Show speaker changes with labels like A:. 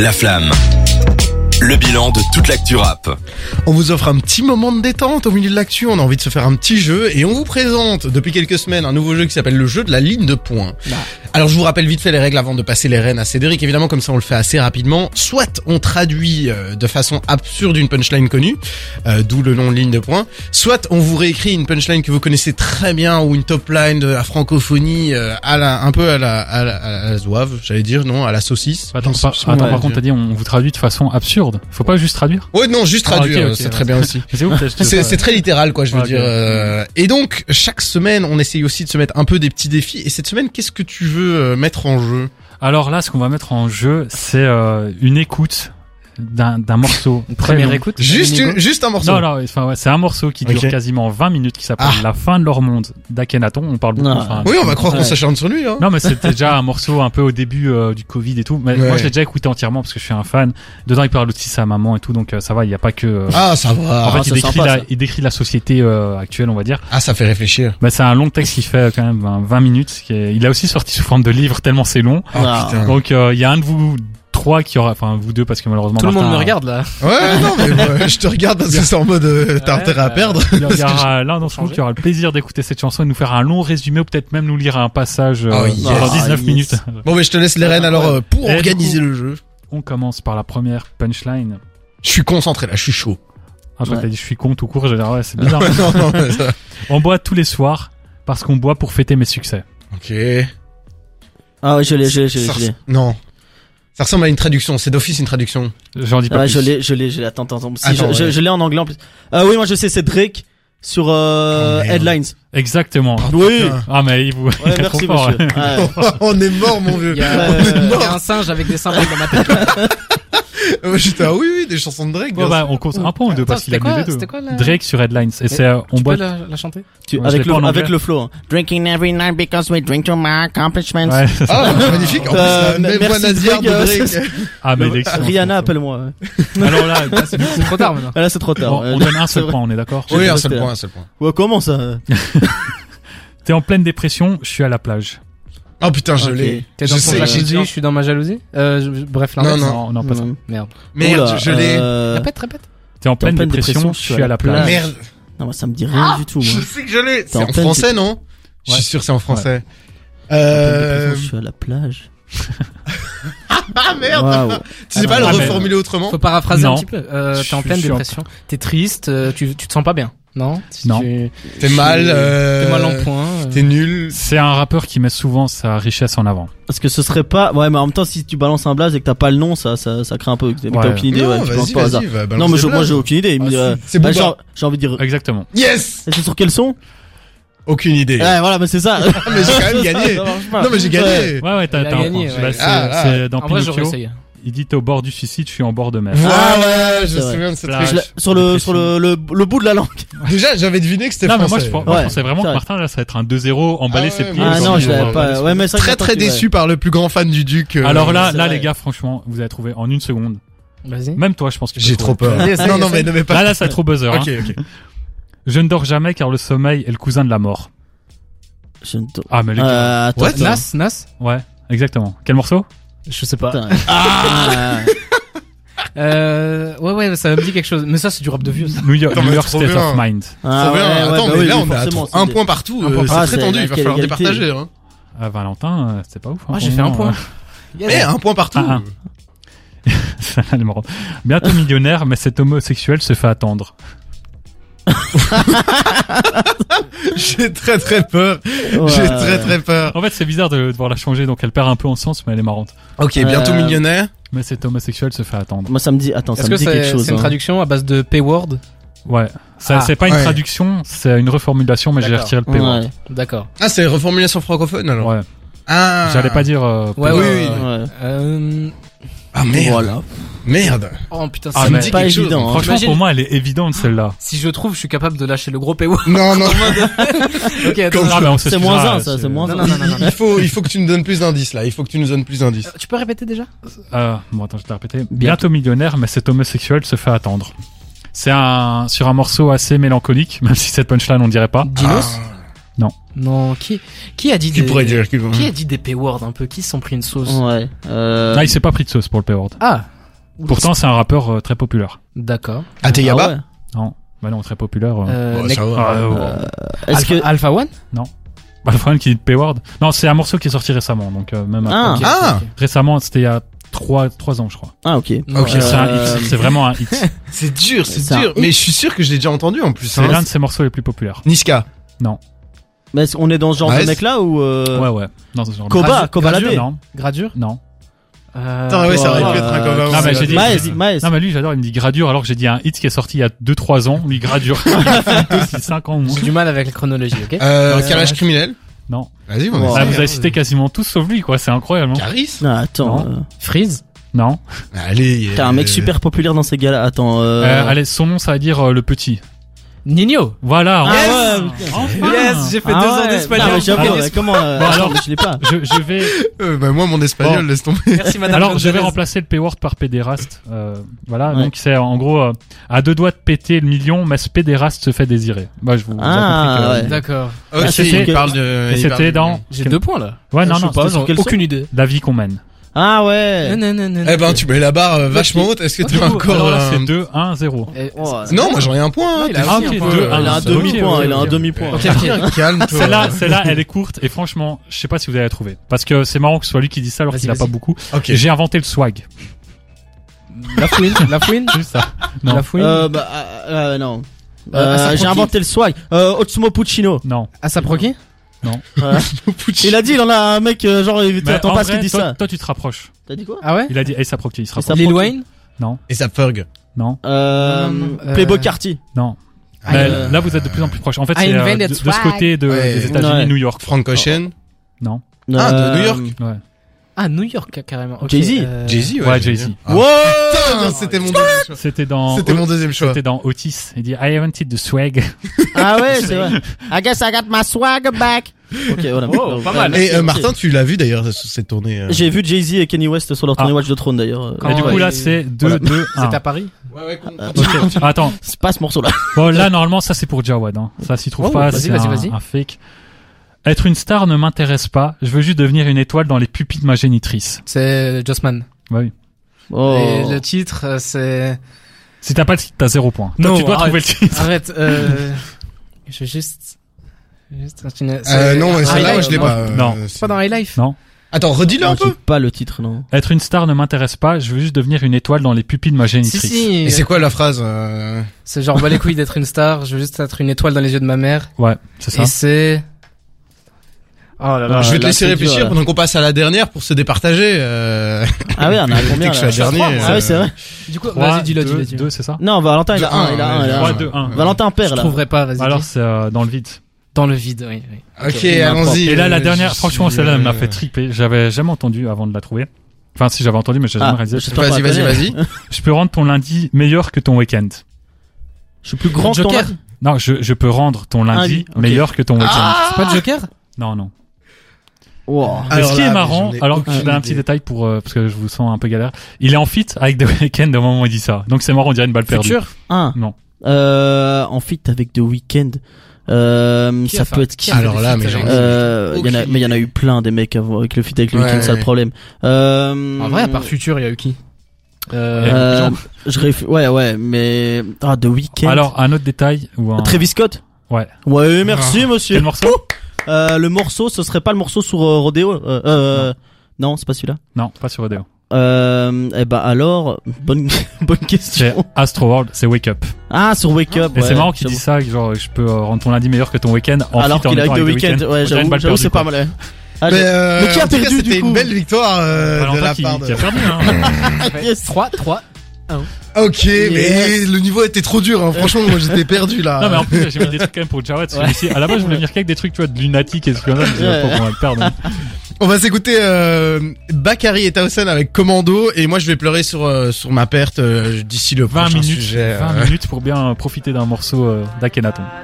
A: La flamme. Le bilan de toute l'actu rap.
B: On vous offre un petit moment de détente au milieu de l'actu, on a envie de se faire un petit jeu et on vous présente depuis quelques semaines un nouveau jeu qui s'appelle le jeu de la ligne de points. Alors je vous rappelle vite fait les règles avant de passer les rênes à Cédric, évidemment comme ça on le fait assez rapidement. Soit on traduit euh, de façon absurde une punchline connue, euh, d'où le nom de ligne de points, soit on vous réécrit une punchline que vous connaissez très bien ou une top line de la francophonie euh, à la, un peu à la, à la, à la zouave, j'allais dire, non, à la saucisse.
C: Attends,
B: J'en sais
C: par,
B: plus.
C: attends,
B: Ouais.
C: par contre, t'as dit on vous traduit de façon absurde. Faut pas juste traduire.
B: Ouais, non, juste
C: Ah, ok,
B: traduire, euh,
C: ok,
B: c'est
C: ouais.
B: très bien aussi.
C: C'est où peut-être, je sais
B: C'est
C: pas.
B: c'est très littéral, quoi, je veux
C: Ouais,
B: dire.
C: ok.
B: euh, Et donc, chaque semaine, on essaye aussi de se mettre un peu des petits défis. Et cette semaine, qu'est-ce que tu veux euh, mettre en jeu
C: Alors là, ce qu'on va mettre en jeu, c'est euh, une écoute d'un d'un morceau.
D: Une
C: très
D: première
C: long.
D: écoute
B: Juste,
D: Inigo
B: une- juste un morceau.
C: Non, non, enfin, ouais, c'est un morceau qui dure
B: Ok.
C: quasiment 20 minutes, qui s'appelle
B: Ah.
C: La fin de leur monde d'Akhenaton. On parle beaucoup.
D: Non.
C: enfin,
B: Oui, on va croire qu'on
D: Ouais.
B: s'acharne sur lui. Hein.
C: Non, mais c'était déjà un morceau un peu au début euh, du Covid et tout. Mais
B: Ouais.
C: moi, je l'ai déjà écouté entièrement parce que je suis un fan. Dedans, il parle aussi de sa maman et tout, donc euh, ça va. Il n'y a pas que. euh,
B: Ah, ça va.
C: en fait,
D: c'est
C: il décrit,
D: sympa,
C: la,
D: ça.
C: il décrit la société euh, actuelle, on va dire.
B: Ah, ça fait réfléchir.
C: Bah, c'est un long texte qui fait quand même ben, 20 minutes. qui est- Il a aussi sorti sous forme de livre tellement c'est long.
B: Oh,
D: Non.
B: putain.
C: Donc euh, il y a un de vous trois qui aura, enfin vous deux parce que malheureusement
D: Tout le monde
C: Martin,
D: me
C: euh,
D: regarde là.
B: Ah. Ouais, non, mais ouais, je te regarde parce que c'est en mode euh, t'as
C: Ouais,
B: intérêt à
C: bah,
B: perdre.
C: Il y
B: Parce que
C: aura l'un d'entre vous
D: changer.
C: qui aura le plaisir d'écouter cette chanson et de nous faire un long résumé ou peut-être même nous lire un passage euh,
B: Oh, yes.
C: pendant 19
D: Ah, yes.
C: minutes.
B: je- Bon, mais je te laisse les rênes alors euh, pour
C: Et du
B: organiser
C: coup-
B: le jeu.
C: On commence par la première punchline.
B: Je suis concentré là, je suis chaud.
C: Ah, je crois que
D: Ouais.
C: t'as dit je suis con tout court, j'ai dit ah ouais c'est bizarre.
B: non, non, mais ça...
C: on boit tous les soirs parce qu'on boit pour fêter mes succès.
B: Ok.
D: Ah ouais, je l'ai, je l'ai, je l'ai,
B: Ça
D: je l'ai.
B: res- Non. Ça ressemble à une traduction. C'est d'office une traduction.
C: J'en dis pas
D: Ah Ouais,
C: plus.
D: je l'ai, je l'ai, je l'ai. Attends, attends, attends. Si,
B: Attends,
D: je, je-
B: ouais.
D: je l'ai en anglais en plus. Ah oui, moi je sais, c'est Drake sur euh,
B: Oh, merde.
D: Headlines.
C: Exactement.
B: Oh,
D: Oui.
B: Putain.
C: Ah mais il vous. il
D: Ouais,
C: est
D: merci
C: trop fort,
D: monsieur.
C: ouais.
D: Ouais.
B: on est mort, mon vieux.
E: Il y, a, euh,
B: On est
E: il y a
B: mort.
E: un singe avec des symboles dans ma tête.
B: Euh, J'étais ah oui, oui, des chansons de Drake.
C: Bon,
B: bien
C: bah, on compte un point ou deux
E: Attends,
C: parce qu'il a
E: c'était
C: mis
E: quoi,
C: les deux.
E: c'était quoi la...
C: Drake sur Headlines et c'est euh, on
E: tu
C: boit
E: peux la, la chanter
D: Tu-
C: Ouais, je l'ai
D: avec
C: pas en
D: le,
C: anglais.
D: avec le flow. hein.
F: Drinking every night because we drink to my accomplishments.
C: Ouais, c'est ça.
B: Ah, magnifique. En plus,
D: Euh,
B: la même
D: merci,
B: voix nasillarde de
D: Drake, euh,
B: Drake.
C: Ah, mais il est excellent,
D: Rihanna,
C: ce morceau.
D: appelle-moi. ouais.
C: Alors là,
E: C'est trop tard maintenant.
D: Ah, Là, c'est trop tard.
C: on,
D: Euh,
C: on donne un seul
D: vrai.
C: point, on est d'accord
B: Oui, un
D: resté
B: seul
D: là.
B: point, un seul point.
D: Ouais, comment ça
C: T'es en pleine dépression, je suis à la plage.
B: Oh putain, je
D: Ah, Ok.
B: l'ai.
E: T'es
B: Je
E: dans ton
B: sais,
E: jalousie,
B: j'ai-
E: je suis dans ma jalousie. Euh, je- je- bref, l'inverse.
B: Non.
C: Non, non, pas ça.
E: Merde.
B: Merde,
D: Oula,
B: je l'ai.
D: euh,
E: Répète, répète.
C: T'es en pleine, dépression, je suis à la plage.
B: Merde.
D: Non, moi, ça me dit rien du tout. moi.
B: Je sais que je l'ai. C'est
D: hein. en
B: en
D: peine,
B: français,
D: c'est-
B: non Je suis sûr que c'est en français.
D: Dépression,
B: Euh...
D: Je suis à la plage.
B: Ah merde
D: Waouh.
B: Tu sais pas le
C: Ah, mais-
B: reformuler autrement
E: Faut paraphraser
C: Non.
E: un petit peu. Euh,
C: Je
E: t'es en
C: suis-
E: pleine
C: je suis en-
E: dépression. T'es triste, euh, tu, tu te sens pas bien. Non Si
C: Non.
E: tu-
B: T'es mal... euh,
E: T'es mal en point. euh.
B: T'es nul.
C: C'est un rappeur qui met souvent sa richesse en avant.
D: Parce que ce serait pas. Ouais, mais en même temps, si tu balances un blaze et que t'as pas le nom, ça, ça, ça crée un peu. T'as
C: Ouais.
D: aucune idée, ouais,
B: Non,
D: tu penses
B: vas-y,
D: pas au hasard.
B: vas-y, va balancer
D: Non, mais je-
B: des
D: moi
B: blagues.
D: j'ai aucune idée. mais,
B: Ah,
D: euh,
B: si. C'est
D: bah,
B: Booba.
D: genre, j'ai envie de dire.
C: Exactement.
B: Yes
D: Et C'est sur quel son
B: Aucune idée.
D: Ouais, voilà, mais c'est ça.
B: mais j'ai quand même
D: C'est ça,
B: gagné.
D: ça marche pas.
B: Non, mais j'ai gagné.
C: Ouais, ouais, t'as
E: Il a
C: t'as un
E: gagné,
C: point.
E: ouais.
C: Bah, c'est-
B: Ah, ah.
C: c'est dans
E: En vrai, je
C: Pinocchio.
E: réessaye.
C: Il dit t'es au bord du suicide, je suis en bord de mer.
D: Ah,
B: Voilà, je
D: c'est
B: me
D: vrai.
B: souviens de cette
C: Plage.
D: Je l'ai- sur le sur le, le le bout de la langue.
B: Déjà, j'avais deviné que c'était
C: Non, mais
B: français.
C: moi, je, pense- moi, je pensais vraiment
D: c'est
C: que
D: vrai.
C: Martin, là, ça va être un 2-0, emballer
B: Ah
C: ses
B: ouais,
C: pieds.
D: Ah
B: oui,
D: non,
B: oui,
D: je
B: l'avais
D: l'avais pas. Ouais, mais ça,
B: Très très déçu par le plus grand fan du Duc. euh,
C: Alors là,
D: c'est
C: là,
D: vrai.
C: les gars, franchement, vous avez trouvé en une seconde.
E: Vas-y.
C: Même toi, je pense que tu
B: J'ai
C: peux
B: trop
C: trouver.
B: peur.
E: Vas-y, essaye,
B: Non, non, mais
E: essaye.
B: ne mets pas.
C: Là, là, ça trop buzzer. hein.
B: Ok, ok.
C: Je ne dors jamais car le sommeil est le cousin de la mort.
D: Je ne te-
C: Ah, mais les gars.
D: Euh, attends,
B: What
D: attends.
E: Nas, Nas
C: Ouais, exactement. Quel morceau
E: Je sais pas.
D: Putain. Ah
E: Euh, ouais, ouais, ça me dit quelque chose. Mais ça, c'est du rap de vieux, ça.
C: New York,
B: Attends, mais
C: New York
B: trop
C: State of
B: bien.
C: Mind.
D: Ah,
B: Trop bien.
D: ouais, ouais,
B: Attends,
D: bah
B: mais
D: oui,
B: là, on a
D: forcément,
B: un
D: c'est-
B: point partout.
E: Un
B: euh,
E: point
D: partout.
B: C'est très
D: Ah,
B: tendu,
D: c'est
B: il va
D: quelle
B: falloir
D: égalité.
B: départager. hein.
C: Ah, Valentin, euh, c'était pas ouf. hein,
E: Ah, j'ai
C: pour
E: fait un
C: moi,
E: point.
C: hein.
B: Mais Eh, un point partout.
C: Ah, Ça, elle me rend- Bientôt millionnaire, mais cet homosexuel se fait attendre.
B: J'ai très très peur.
D: ouais,
B: J'ai
D: ouais.
B: très très peur.
C: En fait, c'est bizarre de devoir la changer, donc elle perd un peu en sens, mais elle est marrante.
B: Ok,
D: Euh,
B: bientôt millionnaire.
C: Mais cet homosexuel se fait attendre.
D: Moi ça me dit attends, ça
E: Est-ce
D: me
E: que
D: dit quelque
E: c'est
D: chose.
E: c'est une
D: hein.
E: traduction à base de Payword
C: Ouais. Ça,
E: Ah,
C: c'est pas une
B: ouais.
C: traduction, c'est une reformulation, mais j'ai
E: D'accord.
C: retiré le
D: Ouais,
C: P.
D: ouais.
E: D'accord.
B: Ah, c'est reformulation francophone alors.
C: Ouais.
B: Ah.
C: J'allais pas dire. euh,
E: Ouais,
B: Oui,
E: ouais,
B: oui.
E: ouais. ouais.
D: Ouais.
E: Euh...
B: Ah merde.
D: Voilà.
B: Merde.
E: Oh putain,
C: Ah,
E: ça me
C: mais-
E: dit
D: Pas
B: quelque chose,
D: évident. hein.
C: Franchement,
E: T'imagines-
C: pour moi, elle est évidente celle-là.
E: Si je trouve, je suis capable de lâcher le gros PO.
B: Non, non.
E: ok, attends.
B: Comme-
C: Ah, mais on
D: C'est
C: s'excusera,
D: moins un, ça,
C: c'est-
D: c'est moins
E: Non, non,
D: un.
E: non, non, non.
B: Il faut, il faut que tu nous donnes plus d'indices là. Il faut que tu nous donnes plus d'indices.
E: Tu peux répéter déjà
C: Euh, bon, attends, je vais te la répéter. Bientôt millionnaire, mais cet homosexuel se fait attendre. C'est un, sur un morceau assez mélancolique, même si cette punchline on dirait pas.
E: Dinos
B: Ah.
C: Non.
E: Non, qui, qui a dit
B: Qui
E: des,
B: pourrait dire qu'il
E: qui a dit des P-words un peu Qui s'en pris une sauce
D: Ouais. Euh...
C: Ah, il s'est pas pris de sauce pour le payword.
E: Ah
C: Pourtant, c'est un rappeur euh, très populaire.
E: D'accord.
B: Ateyaba
D: Ah ouais.
C: Non, bah non, très populaire. euh.
E: Euh,
B: Bon,
E: Nec-
B: Bah, Oh, ça va.
C: Ah, euh,
D: Est-ce
E: Alpha,
D: que
E: Alpha One
C: bah, le problème qui dit de payword. Non, c'est un morceau qui est sorti récemment, donc euh, même
D: Ah.
C: après.
B: Ah
C: récemment, c'était il y a 3, trois ans, je crois.
D: ah ok.
B: Ok.
C: C'est un
D: Euh,
C: hit, c'est vraiment un hit.
B: C'est dur, c'est
D: C'est un
B: dur.
D: hit.
B: Mais je suis sûr que je l'ai déjà entendu en plus.
C: C'est
B: hein.
C: l'un de ses morceaux les plus populaires.
B: Niska.
D: Mais est-ce qu'on est dans ce genre
B: Ouais,
D: de mec là ou euh...
C: Ouais, ouais. Non, c'est ce genre de- Ah,
D: Koba,
E: Radio-
D: Koba la
E: Radio-
D: baie.
C: Non,
E: Gradure
C: non.
E: Euh,
B: Attends, ouais, ça aurait pu être un
D: Euh,
B: cover.
C: Non, mais
B: ouais.
C: j'ai dit-
D: Maes, Maes.
C: Non, mais lui, j'adore, il me dit gradure, alors que j'ai dit un hit qui est sorti il y a 2-3 ans. Lui, gradure. Il a 5 ans hein. au moins.
E: J'ai du mal avec la chronologie, ok
B: Euh,
E: Ouais,
B: Kalash
E: ouais.
B: criminel.
C: Non.
B: Vas-y,
D: Ouais.
B: on
C: Ah,
B: essaie.
C: vous avez cité quasiment tous sauf lui, quoi. C'est incroyable. hein.
B: Caris.
D: Non, attends. euh,
E: Freeze
C: Non.
B: Allez. euh,
D: T'as un mec super populaire dans ces gars-là. Attends. Euh...
C: Euh, allez, son nom, ça va dire euh, le petit.
E: Nino
C: Voilà. hein.
D: Ah
E: Yes
D: ouais, putain.
C: Enfin
E: j'ai
D: Ah ouais. Non, mais j'avoue,
E: Bravo.
D: mais comment euh,
C: Bon, alors.
D: mais je l'ai pas.
C: je, je vais.
B: Euh, bah, moi, mon espagnol,
C: Bon.
B: laisse tomber.
E: Merci madame.
C: Alors, je vais
E: Gonzalez.
C: remplacer le payword par pédéraste. Euh, voilà.
D: Ouais.
C: Donc, c'est en gros euh, à deux doigts de péter le million, mais ce pédéraste se fait désirer. Bah, je vous. vous avez
D: Ah,
C: compris que-
D: ouais.
E: D'accord.
D: Ah,
B: Ok,
C: c'était-
B: il parle de. il
C: Et c'était
B: parle de-
C: dans.
E: J'ai deux points là.
C: Ouais, non,
D: Je
C: non.
D: sais pas,
C: c'était
D: sur
C: sur
D: quel
E: Aucune idée.
C: La vie qu'on mène.
D: Ah ouais.
E: Non, non, non, non.
B: Eh ben, tu mets la barre euh, vachement haute. Est-ce que
D: Ah,
B: tu as encore
C: Alors là,
B: un.
C: c'est 2, 1, 0.
E: Eh,
D: Oh,
B: Non, moi, j'aurais un point.
E: Non,
B: hein,
E: il a
B: t'es
E: un
B: gentil,
E: petit
B: un
C: deux,
B: peu.
C: Ah,
D: Il a un
C: c'est-
D: demi-point.
C: ok,
D: il a un
C: ok.
D: demi-point.
E: Ok.
B: Calme, toi.
C: Celle-là, celle-là, elle est courte et franchement, je sais pas si vous allez la trouver. Parce que c'est marrant que ce soit lui qui dit ça alors
E: Vas-y,
C: qu'il a
E: vas-y.
C: pas beaucoup.
B: Ok.
C: J'ai inventé le swag.
E: La fouine, la fouine,
C: C'est ça. Non.
E: la fouine.
D: Euh, bah, ah, euh, non.
E: Euh,
D: Euh,
E: Asap
D: J'ai
E: Rocky.
D: inventé le swag. Euh, Otsumo Puccino.
C: Non.
E: À sa proquée
D: Euh, il a dit, il en a un mec, euh, genre, il
C: Mais
D: t'attends
C: en
D: pas à ce
C: vrai,
D: qu'il dise
C: toi,
D: ça.
C: toi, tu te rapproches.
D: T'as dit quoi
E: Ah ouais
C: Il a dit, hey, ça Rocky, il se rapproche.
D: Asap
E: Lil
D: Rocky.
E: Wayne
B: Et ça Ferg.
C: Non.
D: Euh,
E: Non, non, non.
D: Playboy
E: Euh,
D: Carty.
C: Non.
B: Ah,
C: Mais
D: euh,
C: là, vous êtes de plus en plus proche. En fait,
E: I
C: c'est euh, de,
E: invented
C: de ce côté de,
B: Ouais.
C: des États-Unis,
D: Ouais.
C: New York.
B: Frank Ocean.
D: Oh,
C: Non.
B: Ah, de New
D: Euh,
B: York.
C: Ouais.
E: Ah, New York carrément. Ok,
D: Jay-Z.
E: euh,
B: Jay-Z, ouais.
C: Ouais, Jay-Z.
B: Ah, putain, c'était mon deuxième choix.
C: C'était
D: Oh,
C: dans.
B: C'était mon deuxième choix.
C: C'était dans Otis. Il dit, I invented the swag.
D: Ah ouais, c'est vrai.
F: I guess I got my swagger
E: bah.
F: back.
D: Ok, voilà.
E: Oh, pas mal.
B: Et euh, Martin, tu l'as vu d'ailleurs sur cette tournée. euh.
D: J'ai vu Jay-Z et Kanye West sur leur tournée
C: Ah.
D: Watch the Throne d'ailleurs.
E: Quand-
C: Et du
E: Ouais.
C: coup, là, c'est 2, 2,
B: Ah.
C: 1.
E: C'est à Paris
C: Attends.
D: C'est pas ce morceau-là.
C: Bon, là, normalement, ça, c'est pour Jawad. Hein. Ça s'y trouve
E: Oh,
C: pas,
E: vas-y,
C: c'est
E: vas-y,
C: un,
E: vas-y.
C: un fake. Être une star ne m'intéresse pas. Je veux juste devenir une étoile dans les pupilles de ma génitrice.
B: euh,
E: C'est Jossman.
C: Bah oui.
D: Oh.
E: Et le titre, euh, c'est...
C: Si t'as pas le titre, t'as zéro point. Toi,
E: Non,
C: tu dois
E: arrête.
C: trouver le titre.
E: Arrête, euh... Je vais juste... juste continuer.
B: Euh,
E: C'est- Ah,
B: non, mais
E: High
B: celle-là,
E: Life,
B: ouais, je l'ai
E: non
B: pas. euh,
C: Non.
B: euh,
E: C'est
B: c'est-
E: pas dans High Life.
C: Non.
B: Attends, redis-le un
D: Non, j'ai
B: peu.
D: pas le titre, non.
C: Être une star ne m'intéresse pas. Je veux juste devenir une étoile dans les pupilles de ma
E: Si,
C: génitrice.
E: si.
B: Et c'est quoi la phrase euh,
E: C'est genre, bah les couilles d'être une star, je veux juste être une étoile dans les yeux de ma mère.
C: Ouais, c'est ça.
E: Et c'est... Oh là là.
B: Je vais te
D: Ah, là,
B: laisser
D: c'est
B: réfléchir
D: dur, là.
B: pendant qu'on passe à la dernière pour se départager. euh.
D: Ah ouais, on a
B: Dès
D: combien
B: que je suis
D: là
B: la dernière.
D: Ah ouais, c'est vrai.
E: Du coup,
C: Trois,
E: vas-y, dis-le,
C: deux,
E: dis-le, dis-le.
C: deux, c'est ça
D: Non, Valentin, Ah, il
B: De
D: a un, il a
B: un,
D: un, il
B: ouais,
D: a
B: ouais.
C: 3,
D: un.
C: 2, 1.
D: Valentin perd
E: Je
D: là.
E: trouverai pas, vas-y.
C: Alors,
E: dis.
C: c'est euh, dans le vide.
E: Dans le vide, oui. oui.
B: Ok,
D: on apprend.
B: allons-y.
C: Et là, la
B: euh,
C: dernière,
B: je
C: franchement,
B: suis,
C: celle-là elle
B: euh,
C: m'a fait triper. J'avais jamais entendu avant de la trouver. Enfin, si j'avais entendu, mais j'ai jamais
D: Ah,
C: réalisé.
D: j'espère qu'on
B: Vas-y,
D: la
B: vas-y,
D: connaît.
B: vas-y.
C: Je peux rendre ton lundi meilleur que ton week-end.
D: Je suis plus grand que ton
E: Joker.
D: mec.
C: Non, je, je peux rendre ton lundi
D: Ah, ok.
C: meilleur que ton week-end.
E: C'est pas Joker
C: non, non.
D: Wow.
C: Mais
B: Alors
C: ce qui
B: là,
C: est
B: mais
C: marrant,
B: j'en ai
C: alors que
B: aucune
C: je donne un petit
B: idée.
C: détail pour, euh, parce que je vous sens un peu galère. Il est en fit avec The Weeknd au moment où il dit ça. Donc c'est marrant, on dirait une balle perdue.
E: Futur
D: Un.
C: Non.
D: Euh, en fit avec The Weeknd. Euh,
E: Qui
D: ça
E: a fait-
D: peut être
E: qui
D: qui
E: a fait
B: Alors
E: des
B: là,
E: feats
B: mais
E: avec-
B: j'en ai-
D: euh,
B: Aucune
D: y en a,
B: idée.
D: mais il y en a eu plein des mecs avant- avec le fit avec le
B: Ouais,
D: Weeknd, c'est
B: ouais.
D: le problème. Euh,
E: En vrai, à part Futur, il y a eu qui euh...
D: euh, je réfléchis, ouais, ouais, mais, ah, The Weeknd.
C: Alors, un autre détail, ou un...
D: Travis Scott?
C: Ouais.
D: Ouais, merci,
C: Quel
D: monsieur.
C: morceau?
D: Euh, le morceau, ce serait pas le morceau sur euh, Rodeo, euh, euh, non, c'est pas celui-là.
C: Non, pas sur Rodeo.
D: Euh, eh ben alors, bonne, bonne
C: C'est
D: question.
C: Astro World, c'est Wake Up.
D: Ah, sur Wake Up.
C: Et c'est
D: ouais,
C: marrant qu'il
D: j'avoue.
C: dit ça, que genre, je peux euh, rendre ton lundi meilleur que ton week-end en
D: Alors
C: fit en
D: qu'il a
C: étant
D: que The
C: avec The
D: Weeknd,
C: Weeknd. On dirait
D: ouais,
C: une
D: j'avoue,
C: balle
D: j'avoue,
C: perdue,
D: c'est
C: quoi.
D: pas mal. ouais. Ah,
B: Mais,
D: j'ai-
B: euh,
D: Mais qui a
B: en tout cas,
D: perdu, du
B: C'était
D: coup
B: une belle victoire euh, de
C: Valentin
B: la
C: qui,
B: part de.
C: qui a perdu, hein.
D: yes.
E: 3, 3.
B: Ok, mais
D: Yes.
B: le niveau était trop dur. hein. Franchement, moi j'étais perdu
C: Non, mais
B: là.
C: en plus, j'ai mis des trucs quand même pour Jawad, celui-ci. À la base, je voulais venir qu'avec des trucs, tu vois, de lunatique et des trucs comme ça, mais
D: Ouais.
C: on va le perdre.
B: On va s'écouter euh, Bakary et Towson avec Commando, et moi je vais pleurer sur euh, sur ma perte euh, d'ici le
C: 20
B: prochain
C: minutes,
B: sujet. euh.
C: 20 minutes pour bien profiter d'un morceau euh, d'Akhenaton.